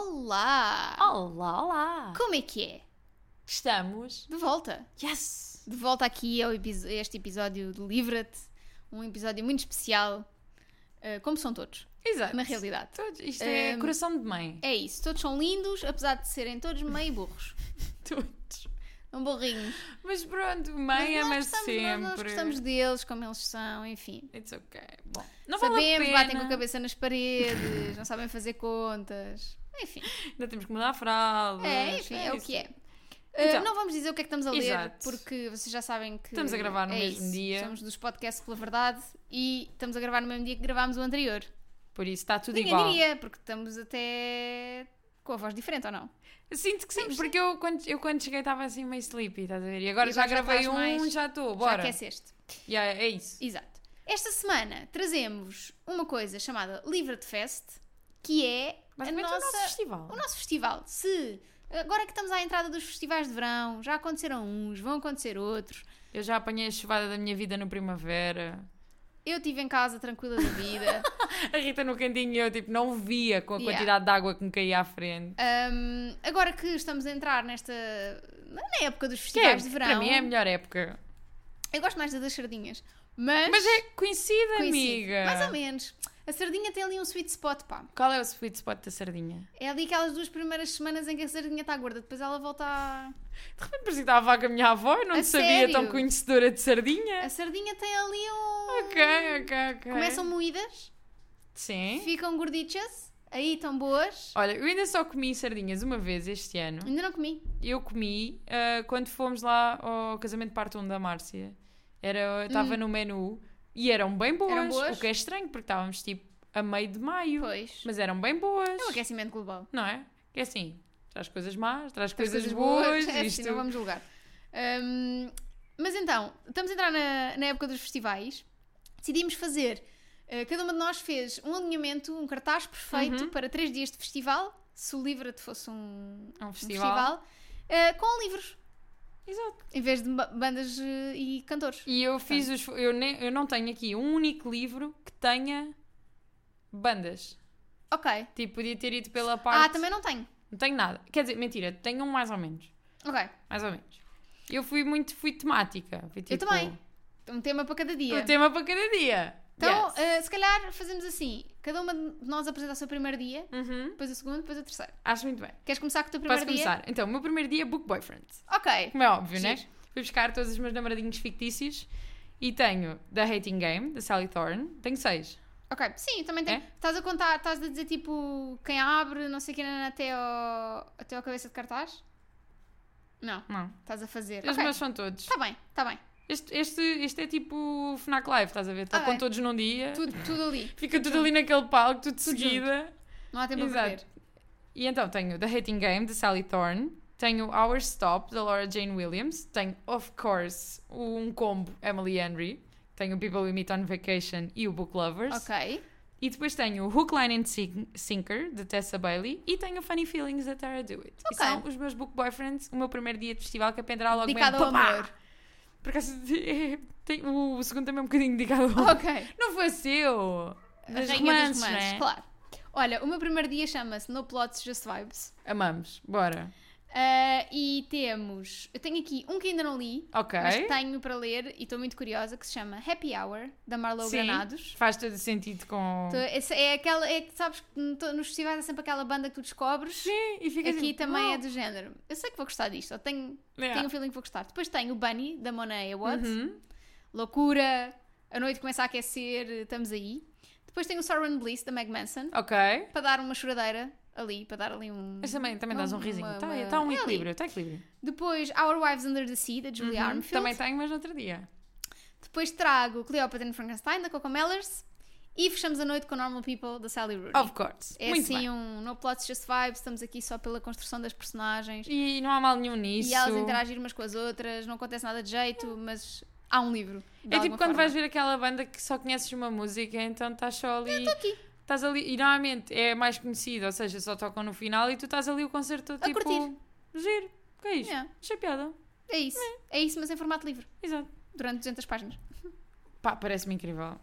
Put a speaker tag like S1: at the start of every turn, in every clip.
S1: Olá!
S2: Olá, olá!
S1: Como é que é?
S2: Estamos.
S1: De volta!
S2: Yes!
S1: De volta aqui ao episo- este episódio de Livra-te, um episódio muito especial, eh, como são todos,
S2: Exato.
S1: na realidade.
S2: Todos- Isto é
S1: Ahm,
S2: coração de mãe.
S1: É isso, todos são lindos, apesar de serem todos meio burros.
S2: Todos.
S1: São burrinhos.
S2: Mas pronto, mãe ama
S1: nós, gostamos,
S2: sempre.
S1: nós- nós gostamos deles, como eles são, enfim.
S2: It's ok. Bom, não vale a
S1: Sabemos,
S2: pena.
S1: batem com a cabeça nas paredes, não sabem fazer contas. Enfim,
S2: Ainda temos que mudar fraldas.
S1: é, enfim, é, o
S2: isso.
S1: que é. Eh,
S2: Então.
S1: não vamos dizer o que é que estamos a ler,
S2: Exato.
S1: porque vocês já sabem que.
S2: Estamos a gravar no
S1: é
S2: mesmo
S1: isso.
S2: dia.
S1: Somos dos podcasts pela verdade e estamos a gravar no mesmo dia que gravámos o anterior.
S2: Por isso está tudo
S1: Ninguém
S2: igual.
S1: diria, porque estamos até com a voz diferente, ou não?
S2: Sinto que sim,
S1: Sim,
S2: porque eu quando, eu quando cheguei estava assim meio sleepy, estás a ver? E agora
S1: E
S2: já
S1: agora já
S2: gravei
S1: estás
S2: um,
S1: mais-
S2: já estou,
S1: Já
S2: bora.
S1: aqueceste.
S2: Yeah, é isso.
S1: Exato. Esta semana trazemos uma coisa chamada Livre de Fest, que é a
S2: Basicamente é o nosso
S1: nossa
S2: festival.
S1: O nosso festival, se agora que estamos à entrada dos festivais de verão, já aconteceram uns, vão acontecer outros.
S2: Eu já apanhei a chuvada da minha vida no primavera.
S1: Eu estive em casa tranquila da vida.
S2: A Rita no cantinho e eu, tipo, não via com a
S1: Yeah.
S2: quantidade de água que me caía à frente.
S1: Ahm, agora que estamos a entrar nesta na época dos
S2: Que é,
S1: festivais de verão,
S2: para mim é a melhor época.
S1: eu gosto mais da das sardinhas, mas,
S2: Mas é conhecida,
S1: coincide.
S2: amiga.
S1: mais ou menos. A sardinha tem ali um sweet spot, pá.
S2: Qual é o sweet spot da sardinha?
S1: É ali aquelas duas primeiras semanas em que a sardinha está gorda, depois ela volta a...
S2: De repente parecia que estava com a minha avó, eu não
S1: A
S2: te sabia
S1: sério?
S2: tão conhecedora de sardinha.
S1: A sardinha tem ali um...
S2: Ok, ok, ok.
S1: Começam moídas,
S2: Sim.
S1: ficam gordichas, aí estão boas.
S2: Olha, eu ainda só comi sardinhas uma vez este ano.
S1: Ainda não comi.
S2: Eu comi ah, quando fomos lá ao casamento de parte 1 da Márcia. Era, eu estava no menu e eram bem boas,
S1: Hum. Eram boas?
S2: O que é estranho, porque estávamos tipo a meio de maio.
S1: Pois.
S2: Mas eram bem boas.
S1: É um aquecimento global.
S2: Não é? Que é assim, traz coisas más, traz,
S1: As
S2: coisas, boas,
S1: é assim,
S2: isto.
S1: não vamos julgar. Hum, mas então, estamos a entrar na, na época dos festivais. Decidimos fazer. eh, cada uma de nós fez um alinhamento, um cartaz perfeito
S2: Uhum.
S1: para três dias de festival. Se o Livra-te fosse um,
S2: É um
S1: um
S2: festival.
S1: festival, eh, com livros,
S2: Exato.
S1: em vez de ba- bandas eh, e cantores.
S2: E eu fiz os. Eu, nem- eu não tenho aqui um único livro que tenha bandas.
S1: Ok.
S2: Tipo, podia ter ido pela parte.
S1: Ah, também não tenho.
S2: Não tenho nada. Quer dizer, mentira, tenho um mais ou menos.
S1: Ok.
S2: Mais ou menos. Eu fui muito. Fui temática. Fui, tipo,
S1: também. Um tema para cada dia.
S2: Um tema para cada dia.
S1: Então,
S2: Yes.
S1: eh, se calhar fazemos assim: cada uma de nós apresenta o seu primeiro dia,
S2: Uhum.
S1: depois o segundo, depois o terceiro.
S2: Acho muito bem.
S1: Queres começar com o teu primeiro
S2: Posso
S1: dia?
S2: começar? Então, o meu primeiro dia, Book Boyfriend.
S1: Ok.
S2: Como é óbvio, né?
S1: Giro.
S2: Fui buscar todos os meus namoradinhos fictícios e tenho The Hating Game, da Sally Thorne. Tenho seis.
S1: Ok, sim, eu também tenho.
S2: É?
S1: Estás a contar, estás a dizer tipo quem abre, não sei quem, até ao, até ao cabeça de cartaz? Não,
S2: Não.
S1: estás a fazer.
S2: Os
S1: Ok, Tá.
S2: meus são todos.
S1: Está bem, está bem.
S2: Este, este, este é tipo Fnac Live, estás a ver? Está
S1: Ah,
S2: com
S1: é.
S2: todos num dia.
S1: Tudo, tudo ali.
S2: Fica tudo ali naquele palco, tudo, de
S1: Tudo
S2: seguida.
S1: Não há tempo a
S2: Exato.
S1: perder.
S2: E então tenho The Hating Game, de Sally Thorne. Tenho Our Stop, da Laura Jane Williams. Tenho, of course, um combo Emily Henry. Tenho People We Meet on Vacation e o Book Lovers.
S1: Ok.
S2: E depois tenho o Hook, Line and Sin- Sinker, de Tessa Bailey. E tenho o Funny Feelings, da Tara Dewitt. E
S1: Ok.
S2: são os meus book boyfriends, o meu primeiro dia de festival, que é para entrar logo
S1: Dedicado ao
S2: mesmo. Papá!
S1: amor.
S2: Por acaso, é, tem- o, o segundo também é um bocadinho dedicado ao amor.
S1: Ok.
S2: Não foi seu!
S1: A
S2: Dos
S1: rainha
S2: romances,
S1: dos romances,
S2: né?
S1: claro. Olha, o meu primeiro dia chama-se No Plots, Just Vibes.
S2: Amamos. Bora.
S1: Ah, e temos. Eu tenho aqui um que ainda não li,
S2: Ok.
S1: mas tá que tenho para ler e estou muito curiosa, que se chama Happy Hour, da Marlowe
S2: Sim,
S1: Granados.
S2: Faz todo sentido com...
S1: Tu- esse- é aquela, é que sabes que no- to- nos festivais é sempre aquela banda que tu descobres.
S2: Sim, e fica
S1: Aqui
S2: assim,
S1: também é
S2: "Uau".
S1: do género. Eu sei que vou gostar disto, eu tenho,
S2: É.
S1: tenho um feeling que vou gostar. Depois tem o Bunny, da Monet Awards.
S2: Uhum.
S1: Loucura, a noite começa a aquecer, estamos aí. Depois tem o Soren Bliss, da Meg Manson,
S2: Ok.
S1: para dar uma choradeira ali, para dar ali um...
S2: Mas também, também dás um
S1: Uma-
S2: risinho. Está
S1: uma-
S2: tá um
S1: é ali.
S2: equilíbrio, está equilíbrio.
S1: Depois Our Wives Under the Sea, da Julie
S2: Uhum.
S1: Armfield.
S2: Também tenho, mas no outro dia.
S1: Depois trago Cleopatra and Frankenstein, da Coco Mellers. E fechamos a noite com Normal People, da Sally Rooney.
S2: Of course.
S1: É
S2: Muito
S1: assim
S2: bem.
S1: um no plots just vibes, estamos aqui só pela construção das personagens
S2: E não há mal nenhum nisso.
S1: e elas interagir umas com as outras, não acontece nada de jeito, mas há um livro. de
S2: É tipo
S1: alguma
S2: quando
S1: forma.
S2: vais ver aquela banda que só conheces uma música, então estás só ali.
S1: aqui.
S2: Estás ali. E normalmente é mais conhecida, ou seja, só tocam no final e tu estás ali o concerto todo
S1: A
S2: tipo.
S1: curtir.
S2: Giro. O que é isto?
S1: Yeah.
S2: Achei piada.
S1: É isso, é isso, mas em formato livre,
S2: Exato.
S1: durante 200 páginas.
S2: Pá, parece-me incrível.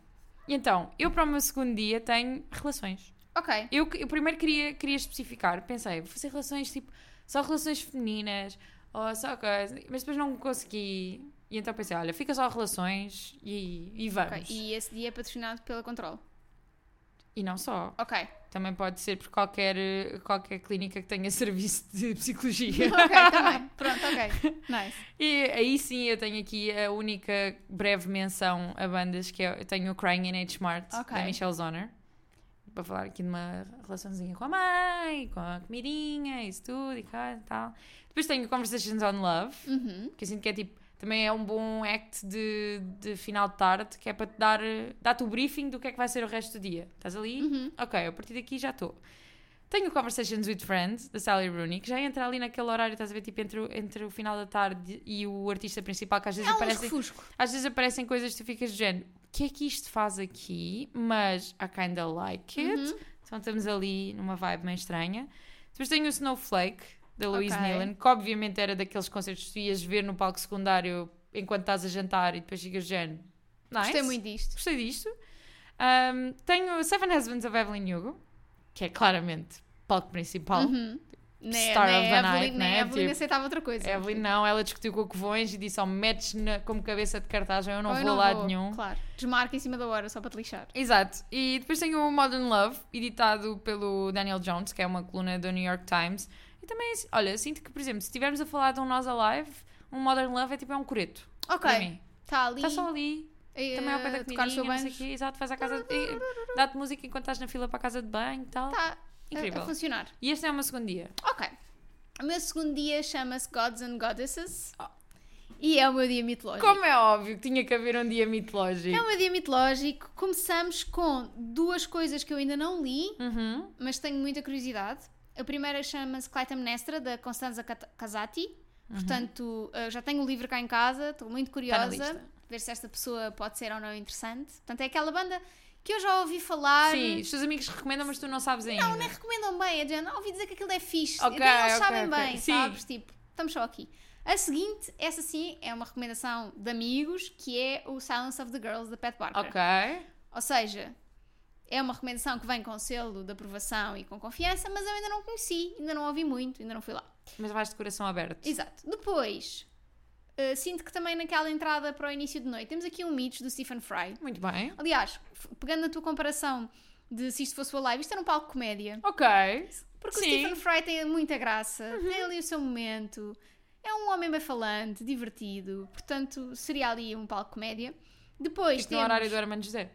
S2: E então, eu para o meu segundo dia tenho relações.
S1: Ok.
S2: Eu, que- eu primeiro queria, queria especificar, pensei, vou fazer relações tipo, só relações femininas, ou só coisa, mas depois não consegui. E então pensei, olha, fica só relações e, e vamos.
S1: ok. E esse dia é patrocinado pela Control.
S2: E não só.
S1: Ok.
S2: Também pode ser por qualquer, eh, qualquer clínica que tenha serviço de psicologia.
S1: ok, tá também. Pronto, ok. Nice.
S2: E aí sim eu tenho aqui a única breve menção a bandas que é- eu tenho o Crying in H Mart
S1: Ok.
S2: da Michelle Zoner para falar aqui de uma relaçãozinha com a mãe, com a comidinha, isso tudo e cá, e tal. Depois tenho Conversations on Love,
S1: Uhum.
S2: que eu sinto que é tipo, também é um bom act de, de final de tarde, que é para te dar, dar-te o briefing do que é que vai ser o resto do dia. Estás ali?
S1: Uhum.
S2: Ok, a partir daqui já estou. Tenho o Conversations with Friends, da Sally Rooney, que já entra ali naquele horário, estás a ver, tipo, entre, o- entre o final da tarde e o artista principal, que às vezes,
S1: É um
S2: aparecem,
S1: refusco.
S2: às vezes aparecem coisas que tu ficas do género, o que é que isto faz aqui? Mas I kinda like it.
S1: Uhum.
S2: Então estamos ali numa vibe meio estranha. Depois tenho o Snowflake, da Louise
S1: Ok.
S2: Nealon, que obviamente era daqueles concertos que tu ias ver no palco secundário enquanto estás a jantar e depois ficas do género. Nice.
S1: Gostei muito disto.
S2: Gostei disto. Ahm, tenho Seven Husbands of Evelyn Hugo, que é claramente palco principal.
S1: Uhum. Nem,
S2: Star
S1: nem
S2: of the
S1: a Evelyn, nem
S2: night, né?
S1: a Evelyn
S2: Tipo,
S1: aceitava outra coisa.
S2: Evelyn não, ela discutiu com o Covões e disse: ó, metes na- como cabeça de cartaz, eu não
S1: Ou
S2: vou
S1: eu
S2: a lado nenhum.
S1: Claro. Desmarca em cima da hora só para te lixar.
S2: Exato. E depois tem o Modern Love, editado pelo Daniel Jones, que é uma coluna do New York Times. E também, olha, sinto que, por exemplo, se estivermos a falar de um Nós Alive, um Modern Love é tipo é um coreto. Para
S1: Ok.
S2: mim.
S1: Está ali.
S2: Está só ali.
S1: eh,
S2: Também ao pé da
S1: tocar o seu
S2: comidinha, não sei o
S1: banjo.
S2: quê. Exato, faz a casa. e Dá-te música enquanto estás na fila para a casa de banho e tal.
S1: Está Tá, a, a
S2: Incrível.
S1: funcionar.
S2: E este é o meu segundo dia.
S1: Ok. O meu segundo dia chama-se Gods and Goddesses.
S2: Oh.
S1: E é o meu dia mitológico.
S2: Como é óbvio que tinha que haver um dia mitológico.
S1: É o meu dia mitológico. Começamos com duas coisas que eu ainda não li,
S2: Uhum.
S1: mas tenho muita curiosidade. A primeira chama-se Clytemnestra, da Constanza Cat- Casati. Portanto, eh, já tenho o livro cá em casa, estou muito
S2: Uhum. Tá na
S1: curiosa
S2: lista.
S1: ver se esta pessoa pode ser ou não interessante. Portanto, é aquela banda que eu já ouvi falar.
S2: Sim, os teus amigos recomendam, mas tu Ah, não sabes ainda.
S1: Não, nem recomendam bem, é de género, ouvi dizer que aquilo é fixe.
S2: Ok,
S1: Até eles
S2: ok,
S1: sabem
S2: ok.
S1: bem,
S2: Sim.
S1: sabes? Tipo, estamos só aqui. A seguinte, essa sim, é uma recomendação de amigos, que é o Silence of the Girls, da Pat Barker.
S2: Ok.
S1: Ou seja, é uma recomendação que vem com selo de aprovação e com confiança, mas eu ainda não conheci, ainda não ouvi muito, ainda não fui lá.
S2: Mas vais de coração aberto.
S1: Exato. Depois, eh, sinto que também naquela entrada para o início de noite, temos aqui um Mitch do Stephen Fry.
S2: Muito bem.
S1: Aliás, f- pegando a tua comparação de se isto fosse uma live, isto era um palco de comédia.
S2: Ok.
S1: Porque
S2: Sim. Uhum.
S1: o Stephen Fry tem muita graça, tem ali o seu momento, é um homem bem falante, divertido, portanto seria ali um palco de comédia. Depois
S2: Isto Tipo, no
S1: temos...
S2: horário do Armando José.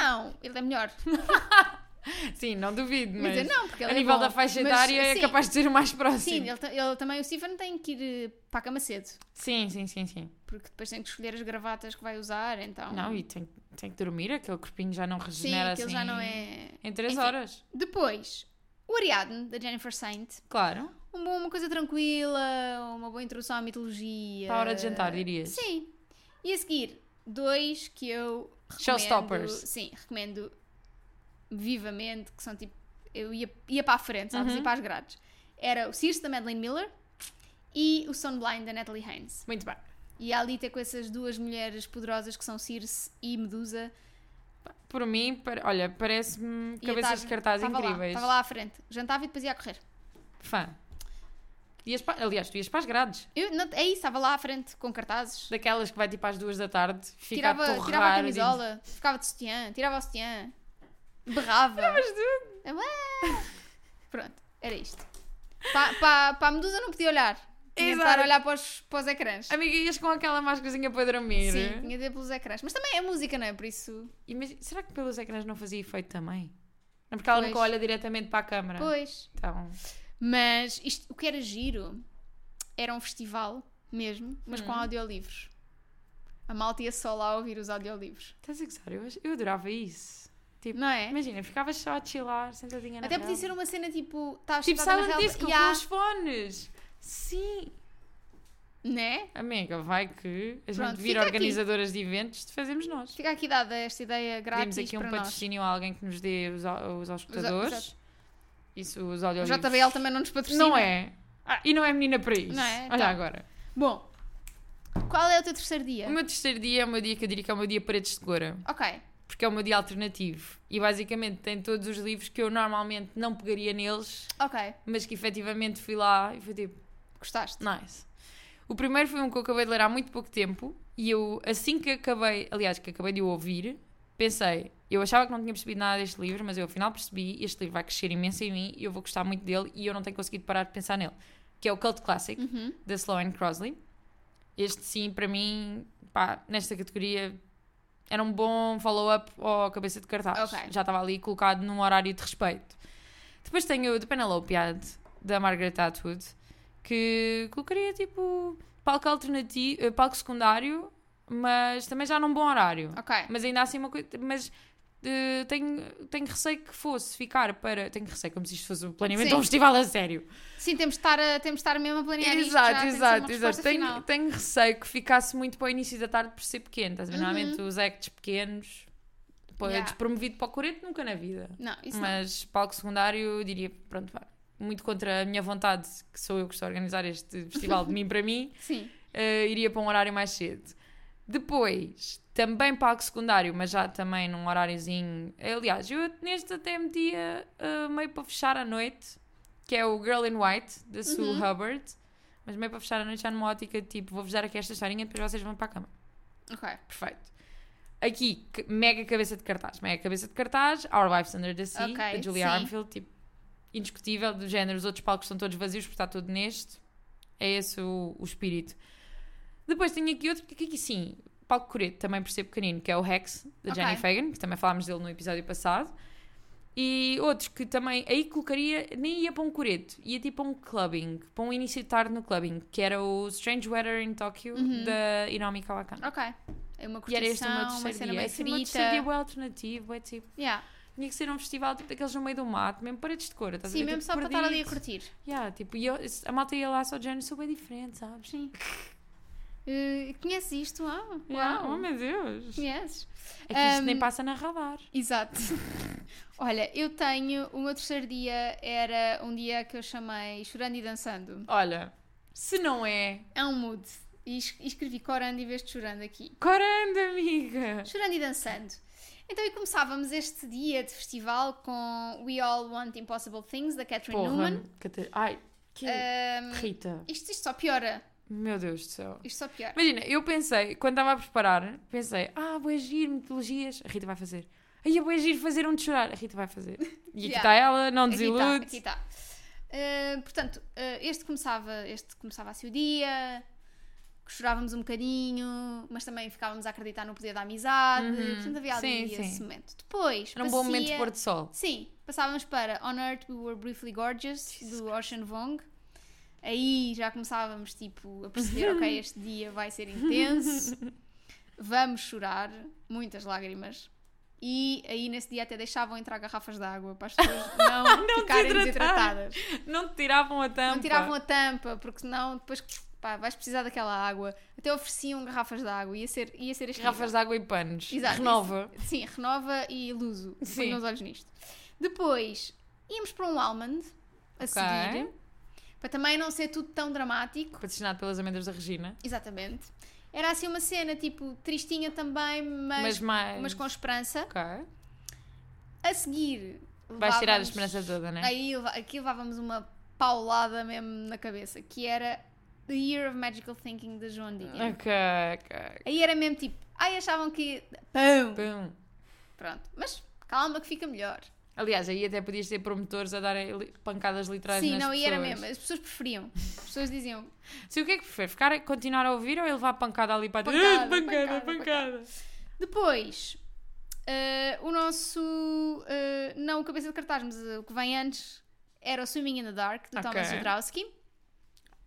S1: Não, ele é melhor.
S2: Sim, não duvido,
S1: Quer
S2: mas.
S1: dizer, não, porque ele
S2: a
S1: é
S2: nível
S1: bom,
S2: da faixa
S1: mas,
S2: etária é
S1: sim,
S2: capaz de ser assim. o mais
S1: Sim,
S2: próximo.
S1: ele, ta- ele também, o Stephen tem que ir eh, para a cama cedo,
S2: Sim, sim, sim, sim.
S1: porque depois tem que escolher as gravatas que vai usar, então...
S2: Não, e tem, tem que dormir, aquele corpinho já não
S1: Sim,
S2: regenera
S1: aquilo
S2: assim.
S1: já não é...
S2: Em 3
S1: Enfim.
S2: horas.
S1: Depois, o Ariadne, da Jennifer Saint,
S2: Claro.
S1: uma, uma coisa tranquila, uma boa introdução à mitologia...
S2: Para a hora de jantar, dirias.
S1: Eh, Sim. E a seguir, dois que eu recomendo.
S2: Showstoppers.
S1: Sim, recomendo vivamente, que são tipo. Eu ia, ia para a frente, sabes?
S2: Uhum.
S1: Ia para as grades. Era o Circe da Madeleine Miller e o Sunblind da Natalie Haynes.
S2: Muito bem.
S1: E a Alita com essas duas mulheres poderosas que são Circe e Medusa.
S2: Por mim, par- olha, parece-me
S1: E
S2: cabeças
S1: eu
S2: de cartaz
S1: tava
S2: incríveis.
S1: Lá, estava lá à frente. Jantava e depois ia a correr.
S2: Fã. Ias pa- Aliás, tu ias para as grades.
S1: Eu, não, é isso, estava lá à frente com cartazes.
S2: Daquelas que vai tipo às duas da tarde, fica a
S1: Tirava,
S2: torrar.
S1: tirava a
S2: e diz-
S1: camisola, ficava de sutiã, tirava o sutiã, berrava. Eu, "Ah!" Pronto, era isto. Para a medusa não podia olhar. Tinha de estar
S2: Exato.
S1: a olhar para os, para os ecrãs.
S2: Amiga, ias com aquela máscarazinha para dormir.
S1: Sim, tinha de ir pelos ecrãs. Mas também é música, não é? Por isso.
S2: E mas será que pelos ecrãs não fazia efeito também? Não, porque ela nunca
S1: Pois.
S2: olha diretamente para a câmara.
S1: Pois.
S2: Então,
S1: Mas isto, o que era giro era um festival mesmo, mas
S2: Hum.
S1: com audiolivros. A malta ia só lá ouvir os audiolivros.
S2: estás a gozar? Eu, ach- eu adorava isso. Tipo,
S1: Não é?
S2: imagina, ficavas só a chilar, sentadinha na
S1: Até podia
S2: relva.
S1: ser uma cena tipo. Tá
S2: Tipo
S1: sentada na
S2: Silent
S1: relva
S2: Disco
S1: e há-
S2: com os fones. Sim.
S1: Né?
S2: Amiga, vai que a gente
S1: Pronto, fica
S2: vira
S1: aqui.
S2: organizadoras de eventos, te fazemos nós.
S1: Fica aqui dada esta ideia grátis
S2: Pedimos aqui um
S1: para nós.
S2: patrocínio a alguém que nos dê os, au- os auscultadores.
S1: exato.
S2: Isso, os
S1: O
S2: audiolivros.
S1: JBL também não nos patrocina.
S2: Não é. Ah, e não é menina para isso.
S1: Não é?
S2: Olha
S1: Então.
S2: agora.
S1: Bom, qual é o teu terceiro dia?
S2: Um O meu terceiro dia é o meu dia que eu diria que é o meu dia paredes de cora.
S1: Ok.
S2: porque é o meu dia alternativo. E basicamente tem todos os livros que eu normalmente não pegaria neles,
S1: Ok,
S2: mas que efetivamente fui lá e foi tipo,
S1: gostaste?
S2: Nice. O primeiro foi um que eu acabei de ler há muito pouco tempo e eu, assim que acabei, aliás, que acabei de o ouvir, pensei, eu achava que não tinha percebido nada deste livro, mas eu afinal percebi, este livro vai crescer imenso em mim e eu vou gostar muito dele e eu não tenho conseguido parar de pensar nele, que é o Cult Classic,
S1: Uhum.
S2: da Sloane Crosley. Este sim, para mim, pá, nesta categoria era um bom follow-up ao Cabeça de Cartaz.
S1: Ok.
S2: Já estava ali colocado num horário de respeito. Depois tenho o de Penelope Ad, da Margaret Atwood, que colocaria tipo palco alternativo, eh, palco secundário, mas também já num bom horário.
S1: Ok,
S2: Mas ainda assim uma coisa, mas eh, tenho, tenho receio que fosse ficar para, tenho receio como se isto fosse o planeamento de um
S1: Sim.
S2: festival a sério.
S1: sim, temos de estar, a, temos de estar mesmo a planear isto, é já
S2: Exato,
S1: tem de ser uma
S2: exato,
S1: resposta
S2: exato. Tenho,
S1: final.
S2: tenho receio que ficasse muito para o início da tarde por ser pequeno. estás a ver?
S1: Uhum.
S2: Normalmente os actos pequenos, depois
S1: Yeah.
S2: despromovido para o coreto nunca na vida.
S1: Não, isso não.
S2: Mas palco secundário, eu diria, pronto, vá. Muito contra a minha vontade, que sou eu que estou a organizar este festival de mim para mim,
S1: Sim,
S2: eh, iria para um horário mais cedo. Depois, também palco secundário, mas já também num horáriozinho. Aliás, eu neste até metia eh, meio para fechar a noite, que é o Girl in White, da Sue Hubbard. Mas meio para fechar a noite já numa ótica de tipo, vou-vos dar aqui esta historinha, depois vocês vão para a cama.
S1: ok.
S2: Perfeito. Aqui, que- mega cabeça de cartaz. Mega cabeça de cartaz, Our Lives Under the Sea,
S1: Ok,
S2: da Julia
S1: sim.
S2: Armfield, tipo, indiscutível, do género, os outros palcos estão todos vazios, porque está tudo neste. É esse o, o espírito. Depois tenho aqui outro, porque aqui sim, palco coreto, também por ser pequenino, que é o Rex, da
S1: Ok.
S2: Jenny Fagan, que também falámos dele no episódio passado. E outros que também, aí colocaria, nem ia para um coreto, ia tipo para um clubbing, para um início de tarde no clubbing, que era o Strange Weather in Tokyo,
S1: Uhum.
S2: da Inomi Kawakami.
S1: Ok. É uma
S2: E
S1: curtição,
S2: era este o meu
S1: uma
S2: terceiro
S1: cena
S2: dia.
S1: bem
S2: Esse é o meu
S1: frita.
S2: terceiro dia bué alternativo, é tipo...
S1: Yeah.
S2: Tinha que ser um festival tipo daqueles no meio do mato, mesmo paredes de cor, estás
S1: Sim,
S2: a ver?
S1: mesmo
S2: tipo,
S1: só para estar ali a
S2: perdido.
S1: curtir.
S2: Yeah, tipo, e eu, a malta ia lá só de género, sou bem diferente, sabes?
S1: Sim. Eh, conheces isto? Ah, uau.
S2: Yeah, Oh meu Deus!
S1: Conheces?
S2: É que
S1: Um,
S2: isto nem passa na radar.
S1: Exato. Olha, eu tenho. O meu terceiro dia era um dia que eu chamei Chorando e Dançando.
S2: Olha, se não é...
S1: É um mood. E es- e escrevi corando em vez de chorando aqui.
S2: Corando, amiga!
S1: Chorando e dançando. Então, e começávamos este dia de festival com We All Want Impossible Things, da Catherine Newman.
S2: que te- Ai, que...
S1: Ahm,
S2: Rita,
S1: isto, isto só piora.
S2: meu Deus do céu.
S1: Isto só piora.
S2: Imagina, eu pensei, quando estava a preparar, pensei, ah, vou agir, metodologias, a Rita vai fazer. Aí eu vou agir, fazer um de chorar, a Rita vai fazer. E aqui
S1: Yeah.
S2: está ela, não
S1: Aqui está,
S2: desilude.
S1: aqui está. Uh, portanto, uh, este começava, este começava assim o dia, que chorávamos um bocadinho, mas também ficávamos a acreditar no poder da amizade.
S2: Uhum.
S1: Portanto, havia ali
S2: Sim,
S1: esse
S2: sim.
S1: momento. Depois,
S2: Era um bom momento de
S1: passia-
S2: pôr de sol.
S1: Sim, passávamos para On Earth We Were Briefly Gorgeous, do Ocean Vong. Aí já começávamos tipo, a perceber, ok, este dia vai ser intenso, vamos chorar, muitas lágrimas. E aí nesse dia até deixavam entrar garrafas de água para as pessoas não, ficarem
S2: desidratar.
S1: desidratadas.
S2: Não te tiravam a tampa.
S1: Não tiravam a tampa, porque senão depois pá, vais precisar daquela água. Até ofereciam garrafas de água, ia ser, ia ser este
S2: Garrafas de água e panos.
S1: Exato,
S2: Renova.
S1: isso. Sim, renova e iluso.
S2: Sim.
S1: Põe os olhos nisto. Depois, íamos para um almond a seguir. Para também não ser tudo tão dramático.
S2: Patrocinado pelas amêndoas da Regina.
S1: Exatamente. Era assim uma cena, tipo, tristinha também, mas,
S2: Mas,
S1: mas,
S2: mais.
S1: com esperança.
S2: Ok.
S1: A seguir,
S2: Vais tirar a
S1: levávamos-
S2: esperança toda, né?
S1: Aí, leva- aqui levávamos uma paulada mesmo na cabeça, que era The Year of Magical Thinking de João Didion.
S2: Ok, ok.
S1: Aí era mesmo tipo, ai achavam que... Pão!
S2: Pum.
S1: Pronto, mas calma que fica melhor.
S2: Aliás, aí até podias ter promotores a darem li- pancadas literais
S1: Sim,
S2: nas
S1: não, e
S2: pessoas.
S1: era mesmo. As pessoas preferiam. As pessoas diziam
S2: Sim, o que é que prefere? Ficar, continuar a ouvir ou ele levar a pancada ali para dentro?
S1: Pancada,
S2: Ah, pancada,
S1: pancada,
S2: pancada.
S1: Depois, eh, o nosso. eh, não o cabeça de cartaz, mas eh, o que vem antes era o Swimming in the Dark, de
S2: Ok.
S1: Thomas Jodorowsky.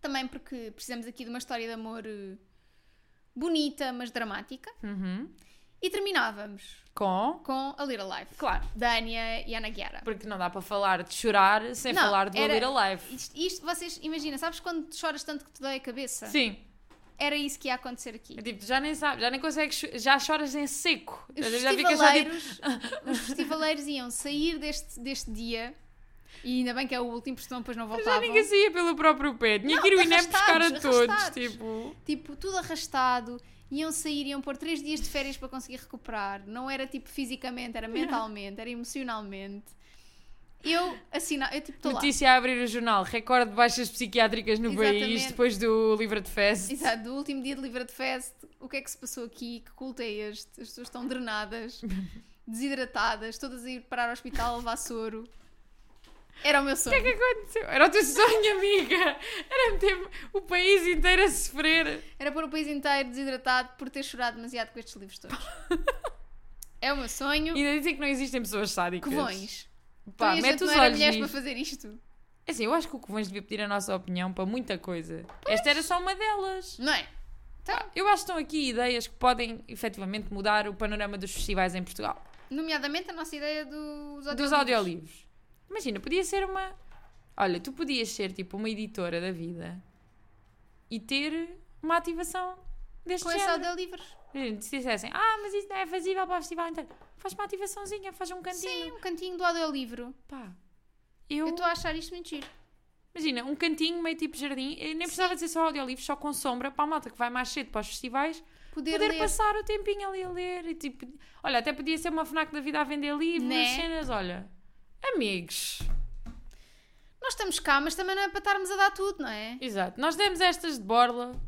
S1: Também porque precisamos aqui de uma história de amor eh, bonita, mas dramática.
S2: Uhum.
S1: E terminávamos
S2: Com?
S1: com A Little Life.
S2: Claro.
S1: Da Anya e Ana Guiara.
S2: Porque não dá para falar de chorar sem
S1: Não,
S2: falar do
S1: era-
S2: A Little Life.
S1: Isto, isto, vocês, imagina, sabes quando tu choras tanto que te dói a cabeça?
S2: Sim.
S1: Era isso que ia acontecer aqui.
S2: É tipo, tu já nem sabes, já nem consegues, cho- já choras em seco.
S1: Os
S2: já ficas já tipo,
S1: festivaleiros, os festivaleiros iam sair deste, deste dia e ainda bem que é o último, porque senão depois não
S2: já
S1: voltavam.
S2: ninguém saía pelo próprio pé. Tinha
S1: Não,
S2: que ir o INEP buscar a
S1: arrastados,
S2: todos.
S1: arrastados.
S2: Tipo,
S1: Tipo, tudo arrastado. iam sair, iam pôr três dias de férias para conseguir recuperar. Não era tipo fisicamente, era mentalmente, era emocionalmente. Eu assinava, eu tipo, estou lá.
S2: Notícia a abrir o jornal. Recorde de baixas psiquiátricas no país
S1: Exatamente.
S2: depois do Livra de Fest.
S1: Exato, do último dia de Livra de Fest, o que é que se passou aqui? Que culto é este? As pessoas estão drenadas, desidratadas, todas a ir parar ao hospital, a levar soro. Era o meu sonho.
S2: O que é que aconteceu? Era o teu sonho, amiga. Era meter o país inteiro a sofrer.
S1: Era pôr o país inteiro desidratado por ter chorado demasiado com estes livros todos. é o meu sonho.
S2: E ainda dizem que não existem pessoas sádicas.
S1: Covões. Então,
S2: Pá,
S1: e a
S2: mete
S1: gente
S2: os
S1: não era
S2: olhos
S1: mulheres para
S2: nisto.
S1: fazer isto.
S2: Assim, eu acho que o Covões devia pedir a nossa opinião para muita coisa. Esta era só uma delas.
S1: Não é?
S2: Pá, Eu acho que estão aqui ideias que podem efetivamente mudar o panorama dos festivais em Portugal.
S1: Nomeadamente a nossa ideia dos audiolivros.
S2: Dos audiolivros. Imagina, podia ser uma. Olha, tu podias ser tipo uma editora da vida e ter uma ativação deste
S1: Com esses
S2: género. Um
S1: audiolivros.
S2: Imagina, Se dissessem, ah, mas isso não é fazível para o festival inteiro. Faz uma ativaçãozinha, faz um cantinho.
S1: Sim, um cantinho do audiolivro.
S2: Pá.
S1: Eu
S2: Eu,
S1: estou a achar isto muito giro.
S2: imagina, um cantinho meio tipo jardim, eu nem precisava dizer só audiolivros, só com sombra, para a malta que vai mais cedo para os festivais,
S1: Poder,
S2: poder
S1: ler.
S2: passar o tempinho ali a ler. E, tipo, olha, até podia ser uma FNAC da vida a vender livros,
S1: Né?
S2: cenas, olha. Amigos.
S1: Nós estamos cá, mas também não é para estarmos a dar tudo, não é?
S2: Exato. Nós demos estas de borla,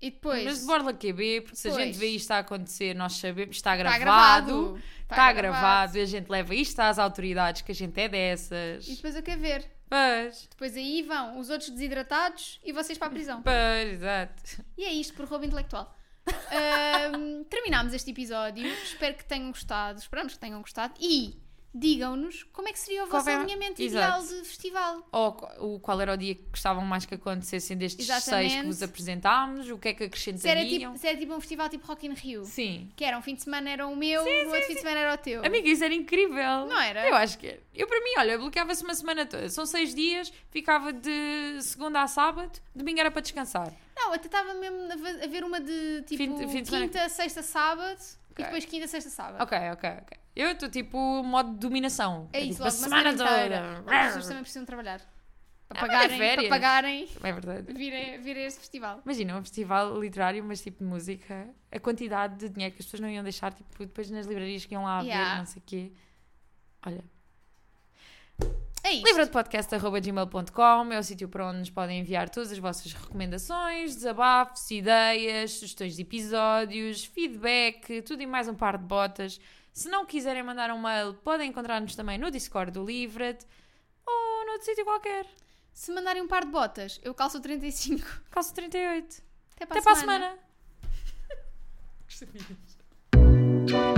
S1: E depois.
S2: mas de borla QB, porque se a
S1: Pois.
S2: gente vê isto a acontecer, nós sabemos, está gravado.
S1: Está gravado.
S2: Está, gravado. e a gente leva isto às autoridades, que a gente é dessas.
S1: E depois eu quero ver.
S2: Pois,
S1: Depois aí vão os outros desidratados e vocês para a prisão.
S2: pois, exato.
S1: E é isto por roubo intelectual. Ahm, terminámos este episódio. Espero que tenham gostado. Esperamos que tenham gostado. E digam-nos como é que seria o
S2: Qual
S1: vosso
S2: é-
S1: alinhamento ideal
S2: Exato.
S1: de festival.
S2: Ou qu- o, qual era o dia que gostavam mais que acontecessem destes seis que
S1: Exatamente.
S2: vos apresentámos? O que é que
S1: Se era,
S2: acrescentariam?
S1: tipo, se era tipo um festival tipo Rock in Rio.
S2: Sim.
S1: Que era um fim de semana era o meu, o outro fim de semana era o teu.
S2: Amiga, isso era incrível.
S1: Não era?
S2: Eu acho que era. Eu, para mim, olha, bloqueava-se uma semana toda. São seis dias, ficava de segunda a sábado, domingo era para descansar.
S1: Não, até estava mesmo a va- a ver uma de tipo
S2: Fim de- fim de semana.
S1: quinta, sexta, sábado e
S2: Ok.
S1: depois quinta, sexta, sábado.
S2: Ok, ok, ok. Eu estou tipo modo de dominação.
S1: É isso,
S2: tipo, a
S1: logo uma semana, inteira. As pessoas
S2: toda.
S1: também precisam trabalhar. Para
S2: Ah, mas é
S1: pagarem,
S2: férias.
S1: para pagarem,
S2: É verdade.
S1: virem, virem este festival.
S2: Imagina, um festival literário, mas tipo de música. A quantidade de dinheiro que as pessoas não iam deixar, tipo, depois nas livrarias que iam lá a ver,
S1: Yeah.
S2: não sei o quê. Olha.
S1: É isso.
S2: Livradepodcast.gmail.com é o sítio para onde nos podem enviar todas as vossas recomendações, desabafos, ideias, sugestões de episódios, feedback, tudo e mais um par de botas. Se não quiserem mandar um mail, podem encontrar-nos também no Discord do Livret ou noutro sítio qualquer.
S1: Se mandarem um par de botas, eu calço 35.
S2: Calço 38.
S1: Até para
S2: Até para a semana.